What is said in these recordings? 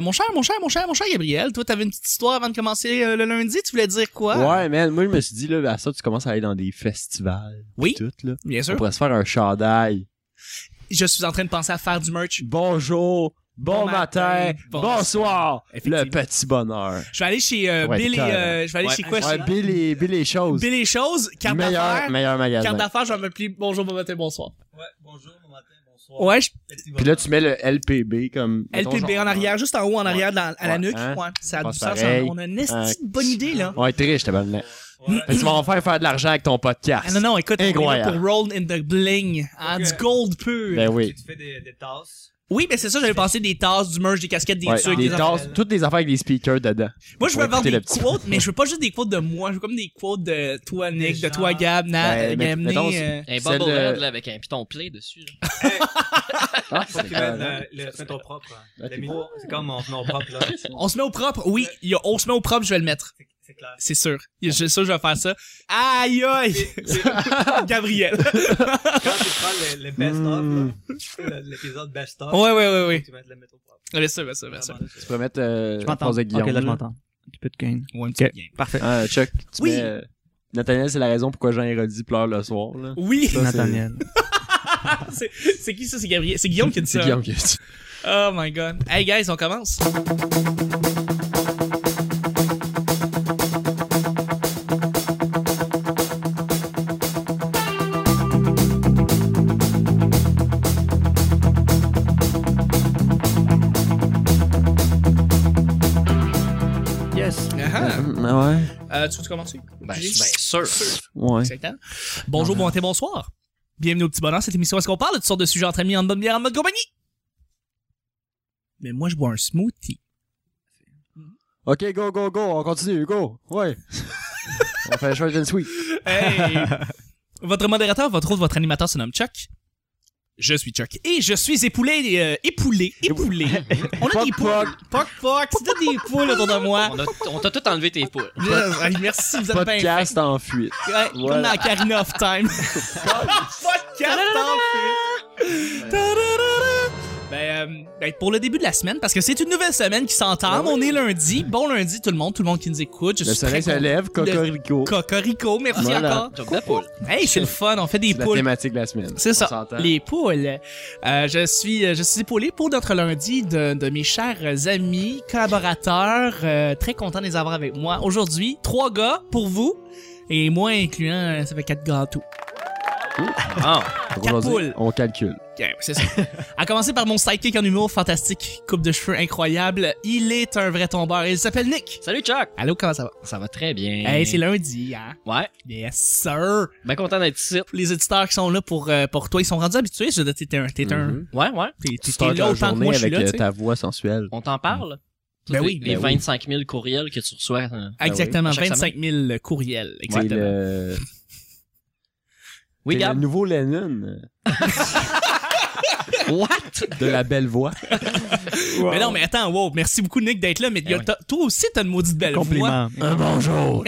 Mon cher, mon cher, mon cher, mon cher Gabriel, toi, t'avais une petite histoire avant de commencer euh, le lundi. Tu voulais dire quoi? Ouais, man. Moi, je me suis dit, là, à ça, tu commences à aller dans des festivals. Oui. Tout, là. Bien On sûr. pourrait se faire un chandail. Je suis en train de penser à faire du merch. Bonjour. Bon Bon, matin, matin, bon- bonsoir, Effectivement. le petit bonheur. Je vais aller chez euh, Ouais, Bill et, t'as- euh, je vais aller ouais. chez quoi? Ouais, Chez- Bill et, Bill et choses. Bill et choses, carte meilleur, d'affaires. meilleur magasin. Carte d'affaires, je vais m'appeler bonjour, bon matin, bonsoir. Ouais, bonjour, bon matin, bonsoir. Ouais, je- Puis là, tu mets le LPB comme... mettons, LPB genre- en arrière, juste en haut, en arrière, dans- à la Ouais, nuque. hein. Ouais, ça a Pense du sens. hein. pareil. On a une esti de bonne idée, là. Ouais, t'es riche, t'as pas le Ouais. Tu vas en faire faire de l'argent avec ton podcast. Ah non, non, écoute, on est là Incroyable. pour roll in the bling, hein, Ok. du gold pur. Ben oui. Tu te fais des, des tasses. Oui, mais c'est ça, j'avais pensé des tasses, du merch, des casquettes, des Ouais, trucs. des des affaires. tasses, toutes des affaires avec des speakers dedans. Moi, je veux Ouais, avoir écoutez des le petit- quotes, mais je veux pas juste des quotes de moi. Je veux comme des quotes de toi, Nick, de gens. toi, Gab, Na, Ben, euh, mais- Gamné, mettons, euh, Un Celle, bubble euh, head, là, avec un piton plein dessus. là. Ah, Faut c'est qu'ils mettent clair. Euh, le, le, c'est ton propre. hein. Là, Le t'es- micro, c'est comme on fait au propre, là. On se met au propre. Oui, il y a- on se met au propre, je vais le mettre. C'est- C'est clair. C'est sûr. Je suis sûr, que je vais faire ça. Aïe, aïe! Gabriel. Quand tu prends le, le Mm. Hmm. best-of, là, le- l'épisode best-of, Ouais, ouais, ouais, ouais. tu mets le métro propre. Bien sûr, bien sûr, bien sûr. Vraiment, Tu peux mettre euh, Je la m'entends. phrase de Guillaume. ok, là, je là. m'entends. Un petit peu de gain. Ouais, une petite Ok. game. Parfait. Ah, Chuck, tu Oui. mets, euh, Nathaniel, c'est la raison pourquoi Jean Héroldi pleure le soir. Là. Oui! Ah, Ça, c'est- Nathaniel. C'est c'est qui ça? C'est Gabriel. C'est Guillaume qui a dit C'est ça. Guillaume qui a dit. Oh my god. Hey guys, on commence. Yes. Ah, Mm, Ouais. euh, tu veux commencer? Ben, J'ai- c'est sûr. Ouais. Exactement. Bonjour, bon matin, bonsoir. Bienvenue au petit bonheur, cette émission où est-ce qu'on parle de toutes sortes de sujets entre amis, en bonne bière, en bonne compagnie. Mais moi, je bois un smoothie. Ok, go, go, go, on continue, go. Ouais. on fait short and sweet. Hey! votre modérateur, votre autre, votre animateur se nomme Chuck. Je suis Chuck. Et je suis époulé, euh, époulé, époulé. On a des Poc, poules. Poc, poc. C'est toutes des poules autour de moi. On a- on t'a tout enlevé tes poules. Yes, Merci, vous êtes bien Podcast en fuite. Ouais, comme dans Voilà. Karina of Time. Podcast en fait. Ta-da-da-da. Ben, euh, ben, pour le début de la semaine, parce que c'est une nouvelle semaine qui s'entame. On est lundi. Bon lundi, tout le monde, tout le monde qui nous écoute. Je Ben Le suis soleil se très lève, con- cocorico. Cocorico, merci Voilà. Ah, encore. Job de poule. Hey, c'est le fun, on fait des C'est la poules. thématique de la semaine. C'est On ça. s'entend. Les poules. Euh, je suis, euh, je suis épaulé pour notre lundi de, de mes chers amis, collaborateurs. euh, très content de les avoir avec moi aujourd'hui. Trois gars pour vous et moi incluant, euh, ça fait quatre gars en tout. Ah, Pour aujourd'hui, Capoule. On calcule. Ok, c'est ça. à commencer par mon sidekick en humour fantastique, coupe de cheveux incroyable. Il est un vrai tombeur. Il s'appelle Nick. Salut Chuck! Allô, comment ça va? Ça va très bien. Hey, c'est lundi, hein? Ouais, Yes, sir! ben content d'être ici. Pour les éditeurs qui sont là pour, euh, pour toi, ils sont rendus habitués. Je veux dire, t'es un, t'es un, Mhm. Ouais, ouais. t'es, t'es- Tu t'es starts là la autant que moi, journée je suis avec là, euh, tu sais. ta voix sensuelles. On t'en parle? Ben Tous oui, Les, les ben oui. 25 000 courriels que tu reçois. euh, oui, Exactement, à chaque 25 000 courriels, T'es exactement. le, Oui, t'es le Gab? nouveau Lennon. What? De la belle voix. Mais non, mais attends, wow, merci beaucoup Nick d'être là, mais Eh y a- oui. t'as- toi aussi t'as une maudite belle voix. Compliment. Un Euh, bonjour.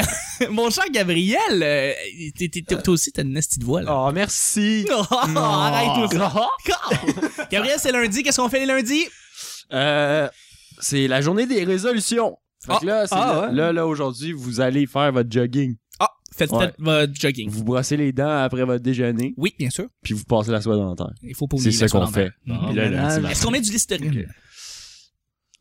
Mon cher Gabriel, euh, t'es- t'es- t'es- toi aussi t'as une nasty de voix, là. Oh, merci. Oh, arrête tout ça. God. Gabriel, c'est lundi, qu'est-ce qu'on fait les lundis? Euh, c'est la journée des résolutions. Fait que là, c'est Ah, le- ouais. là, là, aujourd'hui, vous allez faire votre jogging. Ah, faites Ouais. faites votre jogging. Vous brossez les dents après votre déjeuner, Oui, bien sûr. puis vous passez la soie dentaire. Il faut pas C'est oublier ça la soie qu'on dentaire. fait. Mhm. Puis là, le ménage. dimanche- Est-ce qu'on met du Listerine?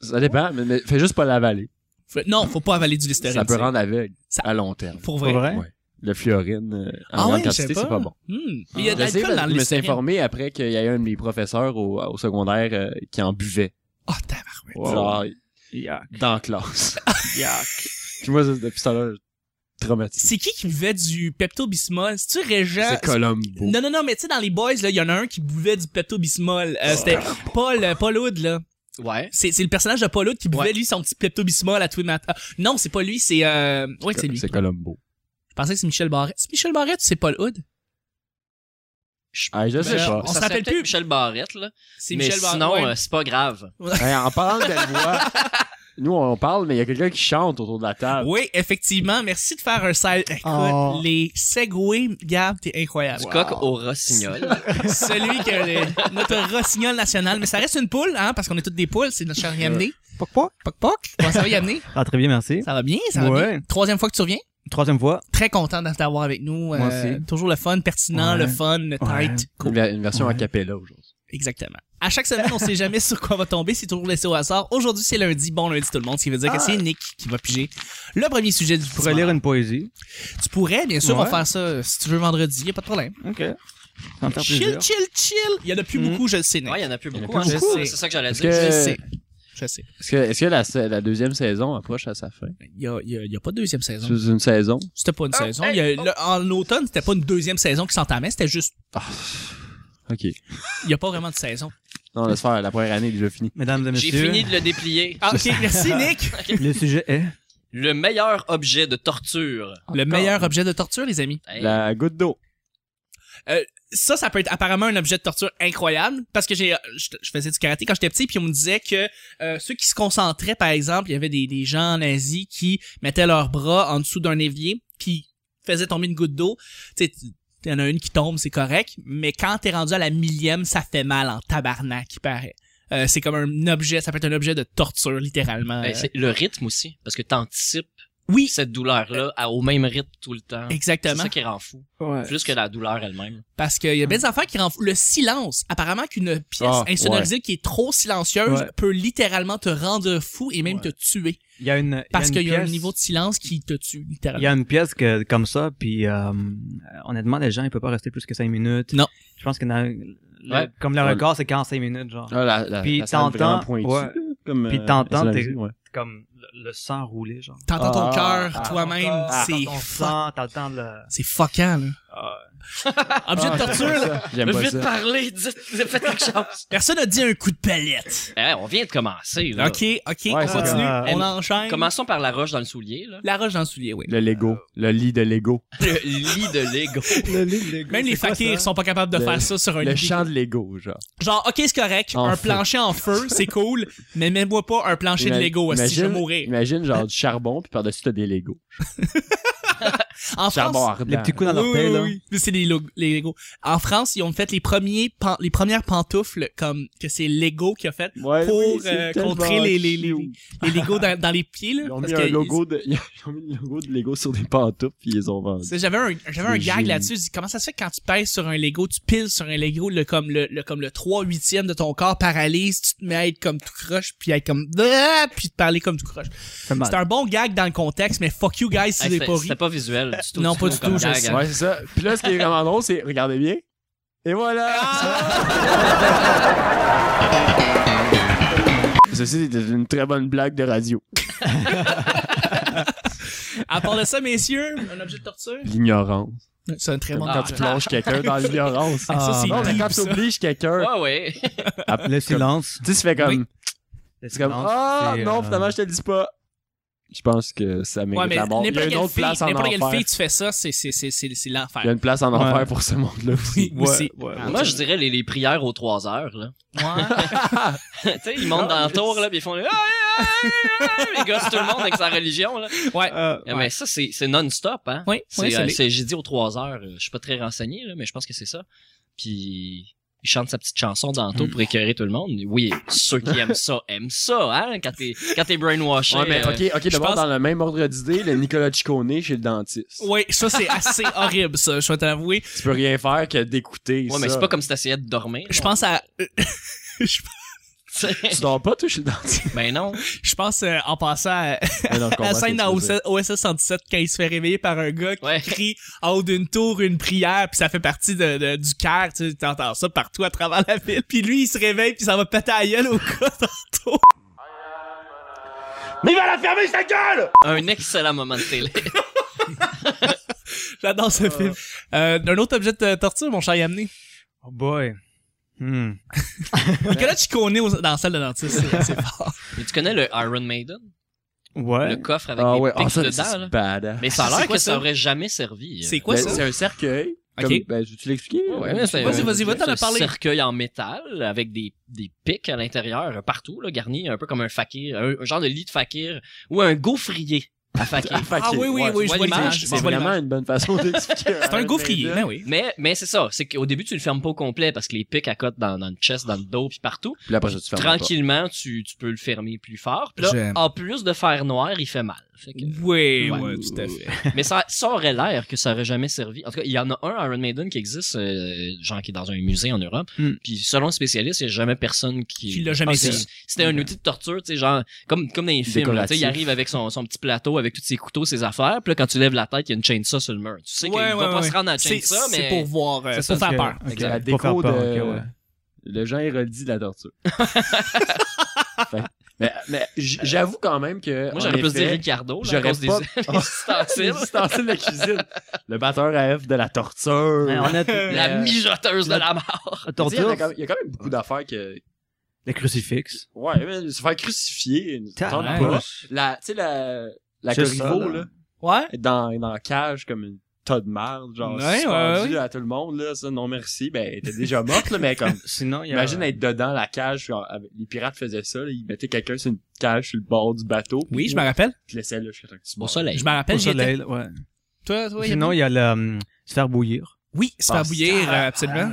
Ça dépend, mais, mais fais juste pas l'avaler. Faut- Non, faut pas avaler du Listerine. Ça peut c'est- rendre aveugle Ça- à long terme. Pour Pas vrai. vrai? Ouais. Le fluorine euh, en Ah grande ouais, je sais quantité, pas. c'est pas bon. Hmm. Il Ah. y a de Je sais, l'alcool dans le parce que je me suis Listerine. informé après qu'il y a un de mes professeurs au, au secondaire euh, qui en buvait. Ah, tabarouette. Wow. Genre, Yuck. dans la classe. Yuck. puis moi, c'est- depuis ça, là, traumatisé. C'est qui qui buvait du Pepto-Bismol? C'est-tu Régent? C'est Colombo. Non, non, non, mais tu sais, dans les boys, là, il y en a un qui buvait du Pepto-Bismol. Euh, C'était Paul, euh, Paul Hood, là. Ouais. C'est c'est le personnage de Paul Hood qui buvait, lui, son petit Pepto-Bismol à tous les matins. Ah, Non, c'est pas lui, c'est... Euh... Ouais, c'est lui. C'est Colombo. Je pensais que c'est Michel Barrette. C'est Michel Barrette ou c'est Paul Hood? Ah, je sais Ben, pas. on Ça se serait rappelle peut-être plus. Michel Barrette, là. C'est Mais Michel Barrette. sinon, ouais. euh, c'est pas grave. Hey, en parlant de belle voix, nous on parle, mais il y a quelqu'un qui chante autour de la table. Oui, effectivement. Merci de faire un sale. Écoute, Oh. les segways, Gab, t'es incroyable. Du coq au rossignol. Celui que les- notre rossignol national, mais ça reste une poule, hein, parce qu'on est toutes des poules, c'est notre cher Yamné. Poc, poc. Poc poc. Comment ça va, Yamné? Ah, très bien, merci. Ça va bien, ça va Ouais. bien. Troisième fois que tu reviens. Troisième fois. Très content de t'avoir avec nous. Moi Euh, aussi. Toujours le fun, pertinent, Ouais. le fun, tight. Ouais. Cool. Une, ver- une version Ouais. a cappella aujourd'hui. Exactement. À chaque semaine, on sait jamais sur quoi on va tomber. C'est toujours laissé au hasard. Aujourd'hui, c'est lundi. Bon lundi tout le monde. Ce qui veut dire Ah. que c'est Nick qui va piger le premier sujet du Je pourrais soir. lire une poésie. Tu pourrais, bien sûr, on va Ouais. faire ça euh, si tu veux vendredi. Y a pas de problème. OK. Ça me fait Chill, plaisir. chill, chill. Il y en a plus Mm. beaucoup, je le sais, Nick. Ouais, il y en a plus en a beaucoup. plus hein, beaucoup. C'est c'est ça que j'allais Parce je que- le euh, sais. Je le sais. Est-ce que, est-ce que la, sa- la deuxième saison approche à sa fin? Il y a, il y a- il y a pas de deuxième saison. C'est une saison? C'était pas une Ah, saison. Il y a- le- en automne, c'était pas une deuxième saison qui s'entamait. C'était juste, Ah. OK. il y a pas vraiment de saison. Non, laisse faire, la première année est déjà finie. Mesdames et J'ai messieurs, fini de le déplier. Ah, ok, merci Nick. le sujet est... Le meilleur objet de torture. Le meilleur objet de torture, les amis. Hey, La goutte d'eau. ça, ça peut être apparemment un objet de torture incroyable parce que j'ai, euh, je, je faisais du karaté quand j'étais petit, puis on me disait que euh, ceux qui se concentraient, par exemple, il y avait des, des gens en Asie qui mettaient leurs bras en dessous d'un évier, puis faisaient tomber une goutte d'eau. Tu sais, il y en a une qui tombe, c'est correct, mais quand t'es rendu à la millième, ça fait mal en tabarnak, il paraît. Euh, c'est comme un objet, ça peut être un objet de torture, littéralement. hey, Euh, Ben, c'est le rythme aussi, parce que t'anticipes oui, cette douleur-là à- au même rythme tout le temps. C'est Euh, exactement. ça qui rend fou. Ouais. Plus que la douleur elle-même. Parce qu'il y a des affaires qui rendent fou. Le silence. Apparemment qu'une pièce Ah, insonorisée qui est trop silencieuse Ouais. peut littéralement te rendre fou et même te tuer. Il y a une... il y a Parce une qu'il y a un pièce- niveau de silence qui te tue, Il y littéralement. a une pièce que, comme ça, puis euh, honnêtement, les gens, ils peuvent pas rester plus que 5 minutes. Non. Je pense que dans- le- Ouais. comme le Ouais. record, c'est 45 minutes, genre. Ah, la, la, Puis la scène t'entends- vraiment pointue, ouais. Comme, euh, Puis t'entends la tes- musique, ouais. Comme le, le sang rouler, genre. T'entends ton Ah, cœur ah, toi-même. ah, c'est ton fuck. Sang, t'entends le... C'est fuckant, là. Objet de torture, là. Mais J'aime pas vite ça. parler, dites, faites quelque chose. Personne n'a dit un coup de palette. Hey, on vient de commencer, là. OK, OK, on Ouais, c'est continue. comme, on enchaîne. Commençons par la roche dans le soulier, là. La roche dans le soulier, oui. Le Lego. Le lit de Lego. Le lit de Lego. Même les fakirs sont pas capables de Le- faire ça sur un Le lit. champ de Lego, genre. Genre, OK, c'est correct. En un feu. plancher en feu, c'est cool. Mais mets-moi pas un plancher de Ima- Lego, si je vais imagine- mourir. Imagine genre du charbon, puis par-dessus t'as des Lego. En France, Charbon ardent. Les petits coups dans leur Oui, oui, là. oui. Mais C'est les, log- les Lego. En France, ils ont fait les premiers pan- les premières pantoufles comme que c'est Lego qui a fait Ouais, pour oui, c'est euh, tellement contrer les les, les, cute. les Lego dans, dans les pieds là. Ils ont parce mis que un logo de, ils ont mis le logo de Lego sur des pantoufles, puis ils les ont vendus. c'est- J'avais un j'avais un C'est gag génial. là-dessus. Je dis, Comment ça se fait que quand tu pèses sur un Lego, tu piles sur un Lego le comme le, le comme le 3 huitième de ton corps paralyse, tu te mets à être comme tout croche puis à être comme Ah! puis te parler comme tout croche. Fait mal. C'est un bon gag dans le contexte, mais fuck you guys si Hey, vous avez pas C'était ri. c'était pas visuel du tout. Non, pas tout du comme tout, je gag, sais. hein. Ouais, c'est ça. Puis là, ce qui est vraiment drôle, c'est regardez bien. Et voilà! Ah! Ceci était une très bonne blague de radio. À part de ça, messieurs, un objet de torture. L'ignorance. C'est un très bon. Comme Ah. quand tu plonges quelqu'un dans l'ignorance. Ah, ça, c'est non, mais deep, quand ça. t'obliges quelqu'un, Ouais, ouais. à- Le comme- silence. Tu sais, tu fais comme. Oui. Le C'est comme. silence, Ah, c'est, non, euh, finalement, je te le dis pas. Je pense que ça mérite Ouais, mais la mort. Il y a n'importe une quelle autre fille, place en n'importe quelle enfer. fille, tu fais ça, c'est, c'est, c'est, c'est, c'est l'enfer. Il y a une place en Ouais. enfer pour ce monde-là aussi. Oui, Ah, aussi. ouais. Moi, je dirais les, les prières aux trois heures, là. Ouais. tu sais, ils montent dans le tour, là, puis ils font... le- ils gossent tout le monde avec sa religion, là. Ouais. Euh, Eh, Mais ça, c'est c'est non-stop, hein. Oui, C'est, oui, euh, ça l'est. c'est- j'ai dit aux trois heures, euh, je suis pas très renseigné, là, mais je pense que c'est ça. Puis il chante sa petite chanson dans tout Hmm. pour écœurer tout le monde. Oui, ceux qui aiment ça aiment ça, hein, quand t'es, quand t'es brainwashé. Ouais, mais euh, ok, ok, d'abord, pense- dans le même ordre d'idée, le Nicolas Ciccone chez le dentiste. Ouais, ça, c'est assez horrible, ça, je vais te l'avouer. Tu peux rien faire que d'écouter. ouais, mais ça. c'est pas comme si t'essayais de dormir. Je pense à, je Tu dors pas, toi, chez le dentiste. ben non. je pense, euh, en passant à Ah non, je comprends la ce que scène tu dans veux dire. OSS, 117 quand il se fait réveiller par un gars qui Ouais. crie en haut d'une tour une prière, puis ça fait partie de, de- du cœur, tu sais, t'entends ça partout à travers la ville. Puis lui, il se réveille, puis ça va péter à la gueule au gars tantôt. Un excellent moment de télé. J'adore Ah. ce film. Euh, un autre objet de torture, mon cher Yamné. Oh boy. Hmm. Nicolas Ciccone au- dans la salle de dentiste, c'est- c'est fort. mais tu connais le Iron Maiden? Le Ouais. coffre avec Ah les ouais, pics ah, ça, dedans, c'est là. badass. Mais ça a C'est l'air quoi que ça? ça aurait jamais servi. C'est euh. quoi Ben, ça? C'est un cercueil. Ok. Comme- ben, je vais tu l'expliquer? Ouais, mais c'est- Vas-y, vas-y, va, t'en c'est as parlé. Un cercueil en métal avec des, des pics à l'intérieur euh, partout, là, garni un peu comme un fakir, un, un genre de lit de fakir ou un gaufrier. à faquer. Ah oui, oui, oui, tu je vois vois l'image. l'image, je C'est vois vraiment l'image. une bonne façon d'expliquer. C'est un hein. gaufrier, mais oui. Mais, mais c'est ça, c'est qu'au début, tu le fermes pas au complet parce que les pics accotent dans, dans le chest, dans le dos, puis partout. Puis après, ça, tu fermes pas. Tranquillement, tu, tu peux le fermer plus fort. Puis là, J'aime. en plus de faire noir, il fait mal. Fait que- Ben Oui, oui, Ouais. tout à fait. mais ça, ça aurait l'air que ça aurait jamais servi. En tout cas, il y en a un Iron Maiden qui existe, euh, genre qui est dans un musée en Europe. Hmm. Puis selon le spécialiste, il n'y a jamais personne qui. Qui l'a jamais Ah, c'est- fait. C'était un outil de torture, tu sais, genre comme comme dans les films. là, tu sais, il Décoratif. arrive avec son, son petit plateau, avec tous ses couteaux, ses affaires. Puis là, quand tu lèves la tête, il y a une chainsaw sur le mur. Tu sais qu'il Ouais, va ouais, pas ouais. se rendre à la C'est chainsaw, mais c'est pour voir, euh, C'est pour faire peur. Ok, La pour faire déco peur, de- ok, ouais. Le Jean Héroldi de la torture. Fait- mais mais j- j'avoue quand même que. moi en j'aurais plus dit effet, Ricardo. Là, à J'aurais cause des pas. C'est ustensiles. distancé de la cuisine. Le batteur à F de la torture. Mais honnête, La Euh, mijoteuse de la mort. la Tu sais, il y en torture, a quand- Il y a quand même beaucoup d'affaires que. le crucifix. Ouais, mais se faire crucifier. une- Tabarnak. tente pas. La, tu sais, la, la C'est ça, Corriveau, là. là, Ouais. dans, dans la cage comme une tas de merde, genre, Ouais, suspendue ouais, ouais. à tout le monde, là, ça, non merci, ben, elle était déjà morte, là, mais comme, Sinon, il y a... imagine être dedans la cage, genre, avec- les pirates faisaient ça, là, ils mettaient quelqu'un sur une cage sur le bord du bateau. Oui, je me m'arrête. rappelle. Puis laissaient là, je suis Au soleil. Je me rappelle, au j'étais. soleil, ouais. Toi, toi, Sinon, Yannick? il y a le... hum, se faire bouillir. Oui, se faire Ah, bouillir, euh, absolument.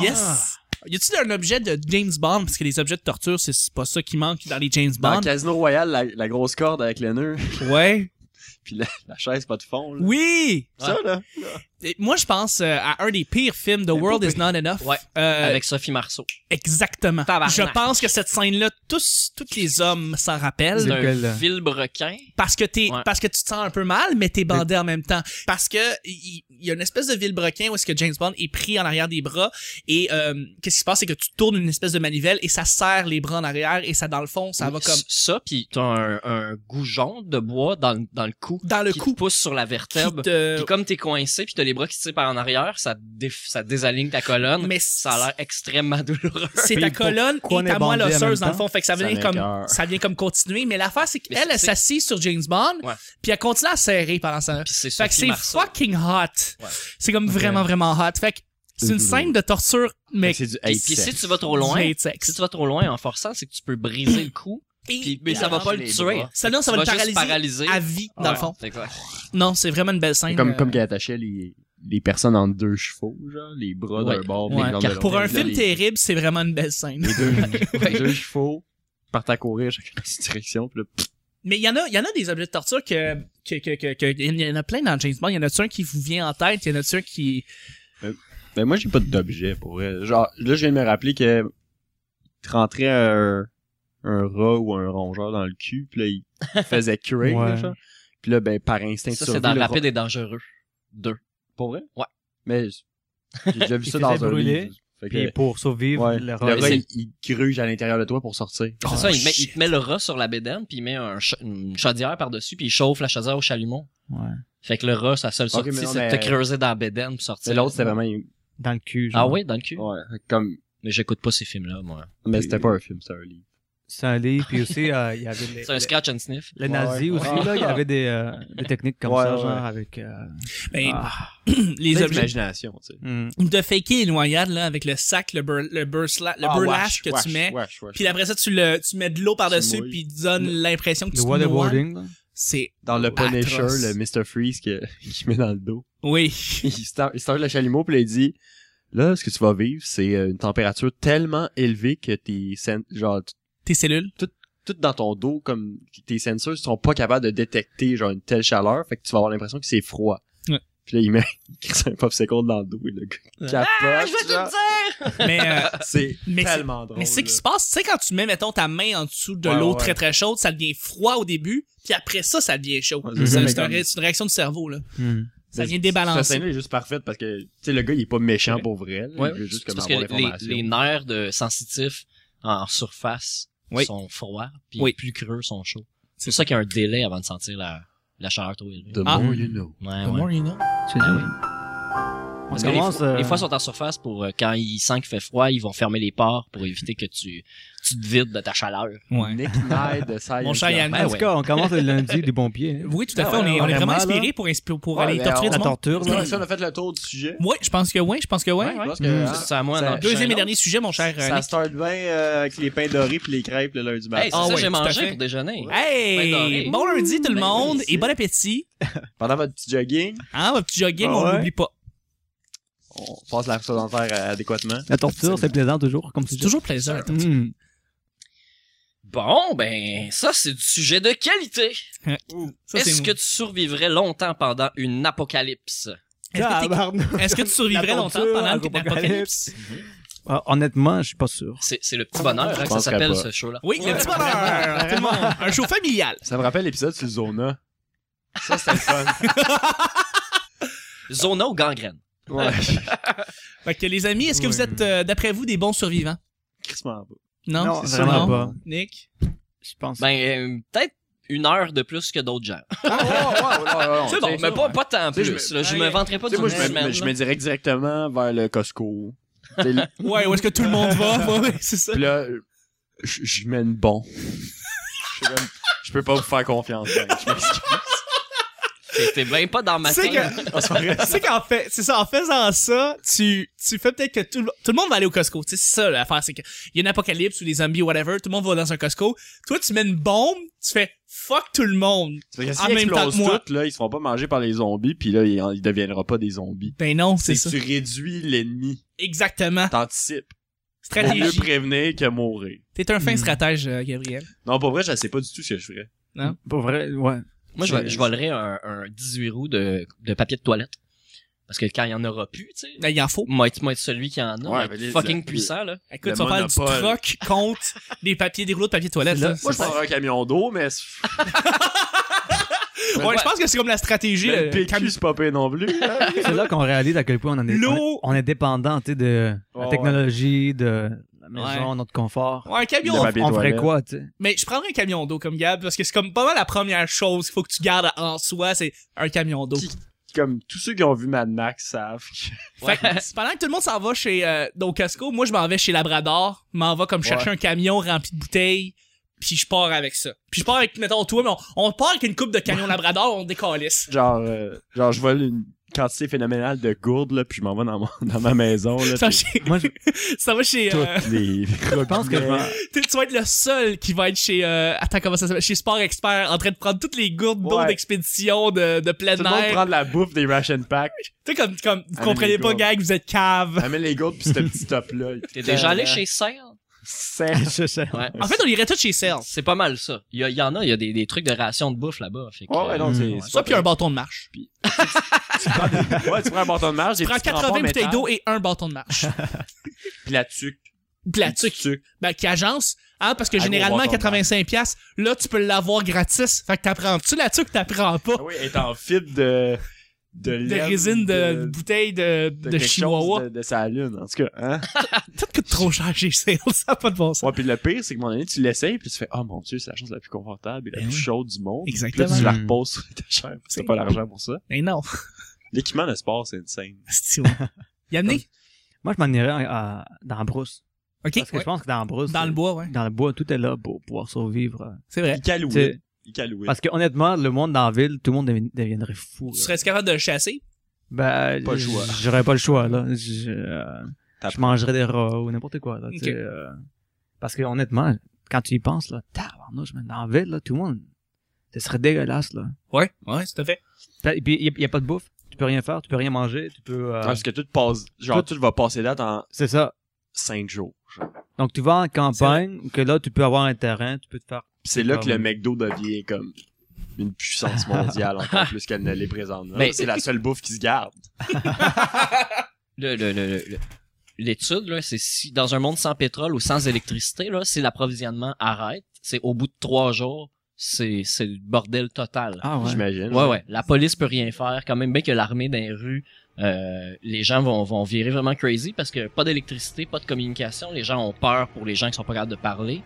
Yes. Y a-t-il un objet de James Bond? Parce que les objets de torture, c'est c'est pas ça qui manque dans les James Dans Bond. le Casino Royal, la, la grosse corde avec le nœud, Ouais. puis la, la chaise pas de fond, là. Oui! Ça, là. Et Moi, je pense euh, à un des pires films, The World is Not Enough. Ouais. Euh, Avec Sophie Marceau. Exactement. Tabarnak. Je pense que cette scène-là, tous, tous les hommes s'en rappellent. C'est lequel, euh? un vilebrequin. parce que t'es Ouais. parce que tu te sens un peu mal mais t'es bandé en même temps parce que il il y, a une espèce de vilebrequin où est-ce que James Bond est pris en arrière des bras et euh, qu'est-ce qui se passe c'est que tu tournes une espèce de manivelle et ça serre les bras en arrière et ça dans le fond ça va comme Ça, puis t'as un, un goujon de bois dans, le- dans le cou. dans le qui cou te pousse sur la vertèbre. qui te- Puis comme t'es coincé, puis t'as les bras qui se tirent par en arrière, ça, déf- ça désaligne ta colonne. mais Ça a l'air extrêmement douloureux. c'est ta colonne pourquoi et on est ta moelle bandé en même osseuse dans le temps? fond fait que ça Ça vient comme m'écoeure. ça vient comme continuer mais l'affaire c'est Mais qu'elle c'est- elle s'assise sur James Bond Ouais. puis elle continue à serrer pendant ça Puis c'est Fait que Sophie c'est Marceau. fucking hot. Ouais. C'est comme vraiment, vraiment hot. Fait que c'est une scène de torture, mais. C'est du Puis hate puis si sex. tu vas trop loin, du hate sex. si tu vas trop loin en forçant, c'est que tu peux briser le cou. Puis, mais ça va pas le les tuer. bras. Celle-là, ça va Tu le vas juste paralyser, à vie, dans le Ouais, fond. c'est exact. Non, c'est vraiment une belle scène. Comme, euh, comme qu'elle attachait les, les personnes en deux chevaux, genre, les bras Ouais. d'un bord, Ouais. les jambes de l'autre. Pour un Là, film les- terrible, c'est vraiment une belle scène. les deux, les deux chevaux partent à courir chacun dans une direction puis là, pff, Mais il y en a, il y en a des objets de torture que, que, que, que, que- il y en a plein dans James Bond. Il y en a-tu un qui vous vient en tête? Il y en a-tu un qui... ben moi j'ai pas d'objet pour vrai. genre là je viens de me rappeler que il te rentrait un, un rat ou un rongeur dans le cul puis là il faisait curer Ouais. là, genre. puis là ben par instinct de Ça, c'est survie, dans le Rapide rat- et Dangereux. Deux. pour vrai Ouais. mais j'ai déjà vu Il ça faisait dans un brûler, livre. Fait que, Puis pour survivre, ouais, le le rat- rat il, il gruge à l'intérieur de toi pour sortir Oh, C'est ça, il, met, il te met le rat sur la bédaine, puis il met un cha- une chaudière par-dessus, puis il chauffe la chaudière au chalumeau. Ouais. Fait que le rat, sa seule sortie, mais non, c'est de mais- te creuser dans la bédaine puis sortir. c'est l'autre c'était vraiment il- dans le cul. genre. Ah oui, dans le cul. ouais comme Mais j'écoute pas ces films-là, moi. mais c'était pas un film c'était un livre C'est un livre, puis aussi, euh, il y avait les, C'est un scratch and sniff. les nazis Ouais, ouais. aussi, là, il y avait des, euh, des techniques comme Ouais, ça, ouais. genre avec... euh, Ben, ah, les Plein objets d'imagination tu sais hum. de faker les noyades, là, avec le sac, le, bur- le, burla- le Ah, burlash wesh, que tu wesh, mets. wesh, wesh. Puis après ça, tu, le, tu mets de l'eau par-dessus, Tu mouilles. puis tu donnes l'impression que Le tu te noies. waterboarding, là. C'est... Dans le Atroce. Punisher, le Mr. Freeze que- qu'il met dans le dos. Oui. Il start, il start le chalumeau puis là, il dit Là, ce que tu vas vivre, c'est euh, une température tellement élevée que tes sen- genre t- Tes cellules. tout dans ton dos comme tes sensors sont pas capables de détecter genre une telle chaleur, fait que tu vas avoir l'impression que c'est froid. Ouais. Puis là, il met il crisse un popsicle dans le dos et le gars capote. Ah, genre. Mais, euh, C'est Mais c'est- tellement drôle. Mais c'est ce qui là. se passe, tu sais, quand tu mets, mettons, ta main en dessous de Ouais, l'eau ouais, très ouais. très chaude, ça devient froid au début, puis après ça, ça devient chaud. Ouais, C'est- c'est ça, mais c'est un comme- ré- c'est une réaction du cerveau, là. Hum. Ça Mais vient Cette débalancer. scène-là est juste parfaite parce que tu sais le gars il est pas méchant Ouais. pour vrai. là. Ouais, il veut juste c'est comme parce que avoir les, l'information. les nerfs de sensitifs en surface Oui. sont froids, puis Oui. plus creux sont chauds. C'est pour ça qu'il y a un délai avant de sentir la, la chaleur trop élevée. The Ah. more you know. Ouais, ouais. you know. C'est dur. On Parce que commence. les, fois- euh, les fois, ils sont en surface pour euh, quand ils sentent qu'il fait froid, ils vont fermer les ports pour éviter que tu, tu te vides de ta chaleur. Ouais. Nick Knight de Science Mon chat Yann. En tout ouais. cas, on commence le lundi des bons pieds. hein. Oui, tout à Ah fait. on, est, ouais, on est vraiment vraiment, là. inspirés pour, inspi- pour Ouais, aller mais torturer on- du La monde. torture, là. Ça, on a fait le tour du sujet. Oui, je pense que oui, je pense que oui. Ouais, ouais. Je pense que, Mm. hein, C'est à moi Ça- d'en toucher Ah. Deuxième un et autre. dernier sujet, mon cher euh, ça Nick. start bien euh, avec les pains dorés puis les crêpes le lundi matin. Hey, c'est Ah ça ouais, j'ai tout à mangé fait. pour déjeuner. Ben doré. Hey, bon lundi tout le Ben monde oui, c'est- et bon appétit. Pendant votre petit jogging, Hein, votre petit jogging, Ah on ouais? l'oublie pas. on passe la soie dentaire euh, adéquatement. La torture, c'est plaisant toujours, comme tu C'est dis. toujours plaisant. la torture. Mm. Bon, ben, ça, c'est du sujet de qualité. Ça, c'est- Est-ce que tu survivrais longtemps pendant une apocalypse? Est-ce que t'es- Tabarnak. Est-ce que tu survivrais La longtemps torture, pendant un bah. l'apocalypse? Euh, Honnêtement, je suis pas sûr. C'est c'est le Ah, petit bonheur hein, que ça penserais s'appelle, pas. ce show-là. Oui, le petit bonheur. tout le monde. Un show familial. Ça me rappelle l'épisode sur le Zona. Ça, c'était le fun. Zona ou gangrène? ouais, Fait que les amis, est-ce que vous êtes, euh, d'après vous, des bons survivants? crissement pas. Non, Non, c'est vraiment sûr, non? pas. Nick? Je pense. Ben, euh, peut-être une heure de plus que d'autres gens. C'est bon, mais pas, pas tant Tu sais, je plus. me- là. Je Ouais. m'inventerai pas Tu du sais, moi, je me, semaine. mais je me dirais directement vers le Costco. Tu sais, le- Ouais, où est-ce que tout le monde va? Ouais, ouais, c'est ça. Puis là, je je mets une bombe. Je sais même- Je peux pas vous faire confiance. gang. Je m'excuse. T'es- T'es bien pas dans ma Ah, C'est tête. que- On se ferait- Tu sais qu'en fait, c'est ça, en faisant ça, tu, tu fais peut-être que tout, le- tout le monde va aller au Costco. Tu sais, c'est ça, l'affaire, c'est qu'il y a une apocalypse ou des zombies ou whatever, tout le monde va dans un Costco. Toi, tu mets une bombe, tu fais fuck tout le monde. Parce que En s'ils même temps explosent que moi. tout, là, ils se feront pas manger par les zombies, puis là, ils, ils deviendront pas des zombies. Ben non, c'est C'est ça. tu réduis l'ennemi, Exactement. t'anticipes. Vaut mieux Stratégie. prévenir que mourir. T'es un fin Mm. stratège, euh, Gabriel. Non, pour vrai, je sais pas du tout ce que je ferais. Pour vrai, ouais. Moi, je, vo- je volerais un, un 18 roues de, de papier de toilette. Parce que quand il y en aura plus, tu sais, Ben, il en faut. moi être, moi être celui qui en a, Ouais, moi, mais être les- fucking les- puissant, là. Écoute, Le tu vas faire du monopole. troc contre des papiers, des rouleaux de papier de toilette. C'est là- là. Moi, je prendrais un camion d'eau, mais, Ah, c'est- Ouais, je pense que c'est comme la stratégie. mais Ben, le euh, PQ, cam- c'est pas pire non plus. C'est là qu'on réalise à quel point on en est, L'eau. on est, on est dépendant tu sais, de Ouais, la technologie, de la maison, Ouais. notre confort. Ouais, un camion. Le on, papier on ferait toilette. quoi, tu sais? Mais je prendrais un camion d'eau comme Gab parce que c'est comme pas mal la première chose qu'il faut que tu gardes en soi, c'est un camion d'eau. Qui- Comme tous ceux qui ont vu Mad Max savent. que- Fait que, pendant que tout le monde s'en va chez euh, au Costco, moi je m'en vais chez Labrador, je m'en va comme chercher un camion rempli de bouteilles, puis je pars avec ça. Puis je pars avec mettons toi, mais on, on part avec une coupe de camion Labrador, on décalisse. Genre, euh, genre, je vole une quantité phénoménale de gourdes, là, puis je m'en vais dans, mon- dans ma maison, là. Ça, va puis chez- Moi, je, ça va chez euh, toutes les je pense que je m'en- tu tu vas être le seul qui va être chez euh, attends comment ça s'appelle chez Sport Expert en train de prendre toutes les gourdes d'eau Ouais. d'expédition de, de plein Tout le monde air. prend de la bouffe des ration packs. Tu sais comme comme vous Allez, comprenez les pas gourdes. gag, vous êtes cave. Amène les gourdes, puis ce petit top-là. T'es déjà allé chez Sale? Serge. je sais. Ouais. En fait, on irait tous chez Sales. C'est pas mal ça. Il y, a- il y en a, il y a des, des trucs de ration de bouffe là-bas. Fait que, Ouais, ouais, non, c'est. Mm. c'est Hmm. Ça, pas puis un bâton de marche. pire. Ouais, tu prends un bâton de marge, Tu des prends petits crampons 80 en bouteilles métal, d'eau et un bâton de marche. Puis la tuque. De la tuque. Ben, qui agence. Hein, parce que Ah, gros généralement, bâton de 85$, piastres, là, tu peux l'avoir gratis. Fait que t'apprends-tu la tuque, t'apprends pas. Ah oui, elle est en fibre de. De, De laine, résine, de, de bouteilles de, de, de quelque chihuahua. chose De, de sa lune, en tout cas. Hein? Ça te coûte trop cher chez Sales, ça a pas de bon sens. Ouais, puis le pire, c'est que mon ami, tu l'essayes, puis tu fais, oh mon dieu, c'est la chose la plus confortable et la Ben plus oui. chaude du monde. Puis là, Exactement. tu la Mm. reposes sur ta chair, parce que t'as pas l'argent pour ça. Mais non. L'équipement de sport, c'est insane. C'est ouais. Yannick? Moi, je m'en irais en- en- dans la brousse. Ok? Parce que Ouais. je pense que dans la brousse, Dans le bois, ouais. dans le bois, tout est là pour pouvoir survivre. C'est Ah, vrai. Il calouait. T'sais, Il calouait. Parce que honnêtement, le monde dans la ville, tout le monde devi- deviendrait fou. Tu là. serais capable de le chasser? Ben, Pas le choix. J'aurais pas le choix, là. Je, euh, T'as- je mangerais des rats ou n'importe quoi, là. tu Ok. sais, euh, parce que, honnêtement, quand tu y penses, là, tabarnouche, man, dans la ville, là, tout le monde, ce serait dégueulasse, là. Ouais. Ouais, tout à fait. Puis- Et puis, il n'y a, pas de bouffe. Tu peux rien faire, tu peux rien manger, tu peux... euh, Ah, parce que tout passe, genre, tout, va passer date en c'est ça. 5 jours. genre. Donc, tu vas en C'est vrai. campagne, que là, tu peux avoir un terrain, tu peux te faire... Puis c'est là que Ah le oui. McDo devient comme une puissance mondiale, encore plus qu'elle ne l'est présentement. Mais- c'est la seule bouffe qui se garde. le- le- le- le- le- L'étude, là, c'est si dans un monde sans pétrole ou sans électricité, là, si l'approvisionnement arrête, c'est au bout de trois jours, c'est c'est le bordel total. Ah J'imagine. Ouais, ouais. La police peut rien faire. Quand même bien que l'armée dans les rues, euh, les gens vont, vont virer vraiment crazy parce que pas d'électricité, pas de communication. Les gens ont peur Hmm. pour les gens qui sont pas capables de parler.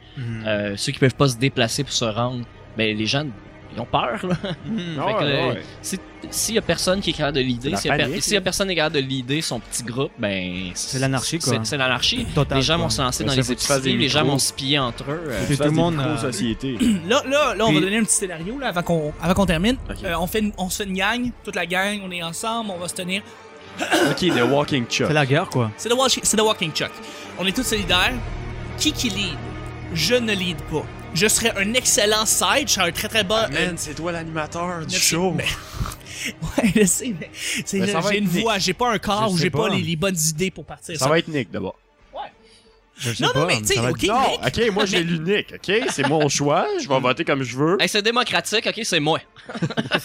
Euh, ceux qui peuvent pas se déplacer pour se rendre, ben les gens ils ont peur, là. Hmm. Ah Fait que, euh, si- S'il y a personne qui est capable de l'idée, la s'il y, a per- panique, s'il y a personne qui est capable de l'idée, son petit groupe, ben. C'est l'anarchie, quoi. c'est- C'est l'anarchie. Total, Les gens quoi. vont se lancer Ouais, dans ça, les faut que tu fasses des épiceries, les gens micros. vont se piller entre eux. euh, Puis tout le monde, euh, société. Là, là, là, on va Puis- donner un petit scénario là, avant qu'on avant qu'on termine. Ok. Euh, on, fait une- on se fait une gang, toute la gang, on est ensemble, on va se tenir. ok, The Walking Chuck. C'est la guerre, quoi. C'est The, Walsh- c'est The Walking Chuck. On est tous solidaires. Qui qui lead Je ne lead pas. Je serais un excellent side, je serais un très très bon. euh, Man, c'est toi l'animateur du Merci. show. Ben, ouais, je sais, mais c'est- Ben, ça va j'ai être une Nick. voix, j'ai pas un corps, Je ou sais j'ai pas, pas. les, les bonnes idées pour partir. ça va être Nick d'abord. Je sais non, non, pas, mais tu sais, ça va ok, être- Non, Nick, ok, moi j'ai l'unique, ok? C'est mon choix, je vais voter comme je veux. Hey, c'est démocratique, ok, c'est moi.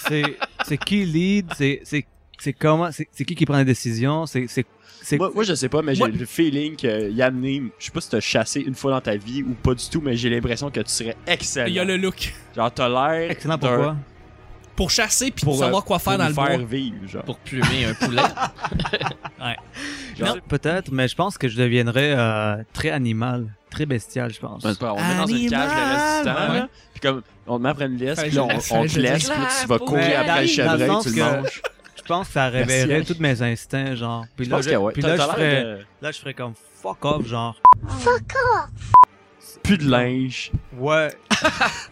c'est- C'est qui lead, c'est- c'est c'est comment, c'est c'est qui qui prend la décision, c'est... c'est- c'est- Moi, moi, je sais pas, mais j'ai Moi- le feeling que Yannim, je sais pas si t'as chassé une fois dans ta vie ou pas du tout, mais j'ai l'impression que tu serais excellent. il y a le look. Genre, t'as l'air. Excellent, d'un- pourquoi? Pour chasser puis Pour, euh, pour savoir quoi pour faire dans le nous faire bois. vivre, genre. Pour plumer un poulet. Genre- Peut-être, mais je pense que je deviendrais euh, très animal, très bestial, je pense. Ben, c'est pas- on est dans une cage de résistants, Animal. là. Puis comme, on te met après une liste, Fallait puis là, que je- on, on fallait que te je laisse, dise. puis là, tu vas Claire, courir dans- après le dans le chevreuil, sens tu le que- manges. Je pense que ça révélerait tous mes instincts, genre. Puis Je là, pense que ouais. puis T'as- là, je t'as ferais, l'air de- là, je ferais comme fuck off, genre. Plus de linge. Ouais.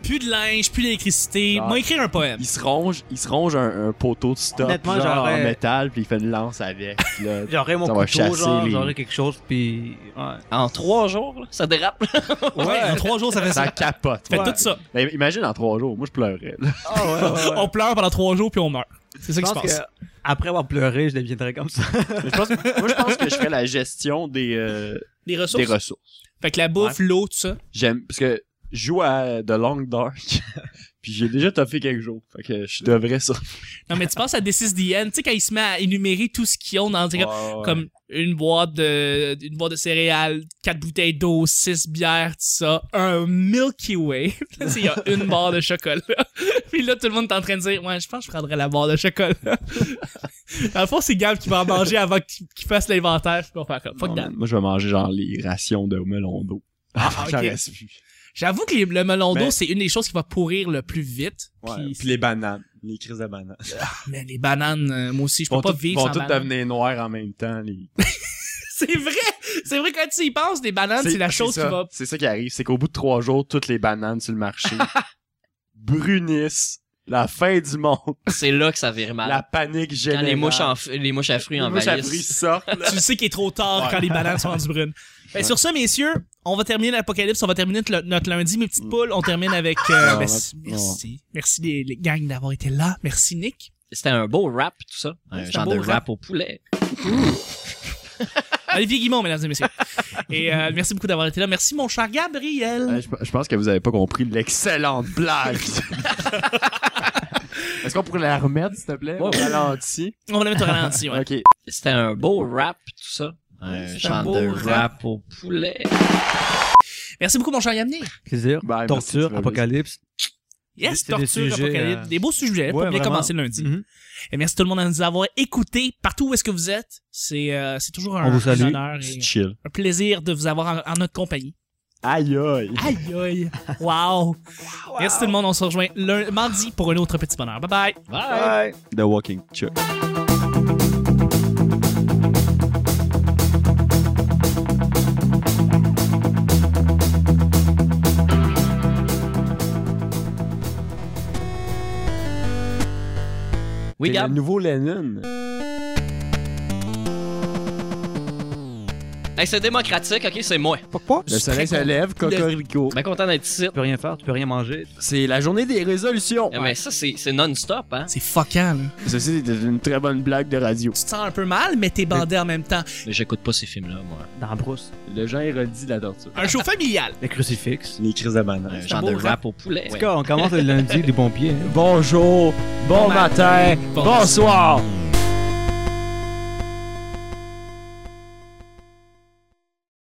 Plus de linge, plus d'électricité. Ah. Moi, écrire un poème. Il se ronge, il se ronge un, un poteau de stop, Honnêtement, genre, en j'aurais- métal, puis il fait une lance avec. puis là, J'aurais mon Ça va couteau, chasser genre, les- j'aurais quelque chose, puis ouais. en trois jours, là, ça dérape. Ouais, en trois jours, ça fait ça. ça capote. Fait Ouais. tout ça. Mais imagine en trois jours, moi je pleurais. là. On pleure pendant trois jours puis on meurt. C'est ça Je qui se pense passe. que après avoir pleuré, je deviendrais comme ça. Mais je pense, moi je pense que je ferais la gestion des, euh, Des ressources. des ressources. Fait que la bouffe, l'eau, tout ça. J'aime, parce que je joue à The Long Dark, puis j'ai déjà toffé quelques jours. Fait que je devrais ça. Non, mais tu penses à This is the End, tu sais, quand il se met à énumérer tout ce qu'ils ont dans le Ouais, ouais. comme une boîte de une boîte de céréales, quatre bouteilles d'eau, six bières, tout ça, un Milky Way. Puis là, il y a une barre de chocolat. Puis là tout le monde est en train de dire "Ouais, je pense que je prendrais la barre de chocolat." dans le fond, c'est Gab qui va en manger avant qu'il qu'il fasse l'inventaire, puis on va faire comme fuck Non, that. Moi je vais manger genre les rations de melon d'eau. Ah, ok. J'en reste plus. J'avoue que les- le melon d'eau, Mais- c'est une des choses qui va pourrir le plus vite. Ouais, Puis- Puis les bananes, les crises de bananes. mais les bananes, euh, moi aussi, je Ils vont peux pas toutes- vivre vont sans toutes bananes. devenir noires en même temps. les- C'est vrai, c'est vrai quand tu y penses, des bananes, c'est la chose qui ça. va C'est ça qui arrive, c'est qu'au bout de trois jours, toutes les bananes sur le marché brunissent. La fin du monde, C'est là que ça vire mal. la panique Ah. Quand générale. les mouches, en f- les mouches à fruits Les mouches à fruits envahissent. sortent. tu le sais qu'il est trop tard Ouais. quand les bananes sont rendues brunes. Ben, Sur ce, messieurs, on va terminer l'apocalypse, on va terminer le- notre lundi, mes petites poules. On termine avec. euh, Non, ben, on va- merci. Merci les, les gangs d'avoir été là. Merci Nick. C'était un beau rap, tout ça. Ouais, Un c'est genre un de beau rap. rap au poulet. Olivier Guimont, mesdames et messieurs. Et euh, merci beaucoup d'avoir été là. Merci mon cher Gabriel. Euh, je, je pense que vous avez pas compris l'excellente blague. Est-ce qu'on pourrait la remettre, s'il te plaît? au Ralenti. On va le mettre au ralenti. Ouais. Ok. C'était un beau rap, tout ça. Un c'est un genre beau de rap. rap au poulet. Merci beaucoup mon cher Yamni. Plaisir. Ben, merci, tu vas Torture, bien. apocalypse. Yes, C'est des torture, sujets, apocalypse. euh, Des beaux sujets pour ouais, bien vraiment. commencer le lundi. Mhm. Et merci tout le monde à nous avoir écoutés partout où est-ce que vous êtes. C'est euh, c'est toujours un, On vous salue. un honneur et Chill. un plaisir de vous avoir en- en notre compagnie. Aïe aïe. Aïe aïe. Wow. Merci tout le monde. On se rejoint lundi, mardi pour un autre petit bonheur. Bye bye. Bye! The Walking Chuck. Oui, T'es Gab? le nouveau Lennon. Hey, c'est démocratique, ok, c'est moi. Pourquoi? Le soleil se lève, cocorico. Bien content d'être ici. Tu peux rien faire, tu peux rien manger. C'est la journée des résolutions. Eh ben, ça, c'est c'est non-stop, hein. C'est fuckant, là. Ceci était une très bonne blague de radio. Tu te sens un peu mal, mais t'es bandé en même temps. Mais j'écoute pas ces films-là, moi. Dans la brousse. Le genre érudit de la torture. Un show familial. Le crucifix. Les crises de Un bananes. genre beau de rap. rap au poulet. En tout cas, on commence le lundi des pompiers. hein. Bonjour, bon, matin, Bon- bonsoir.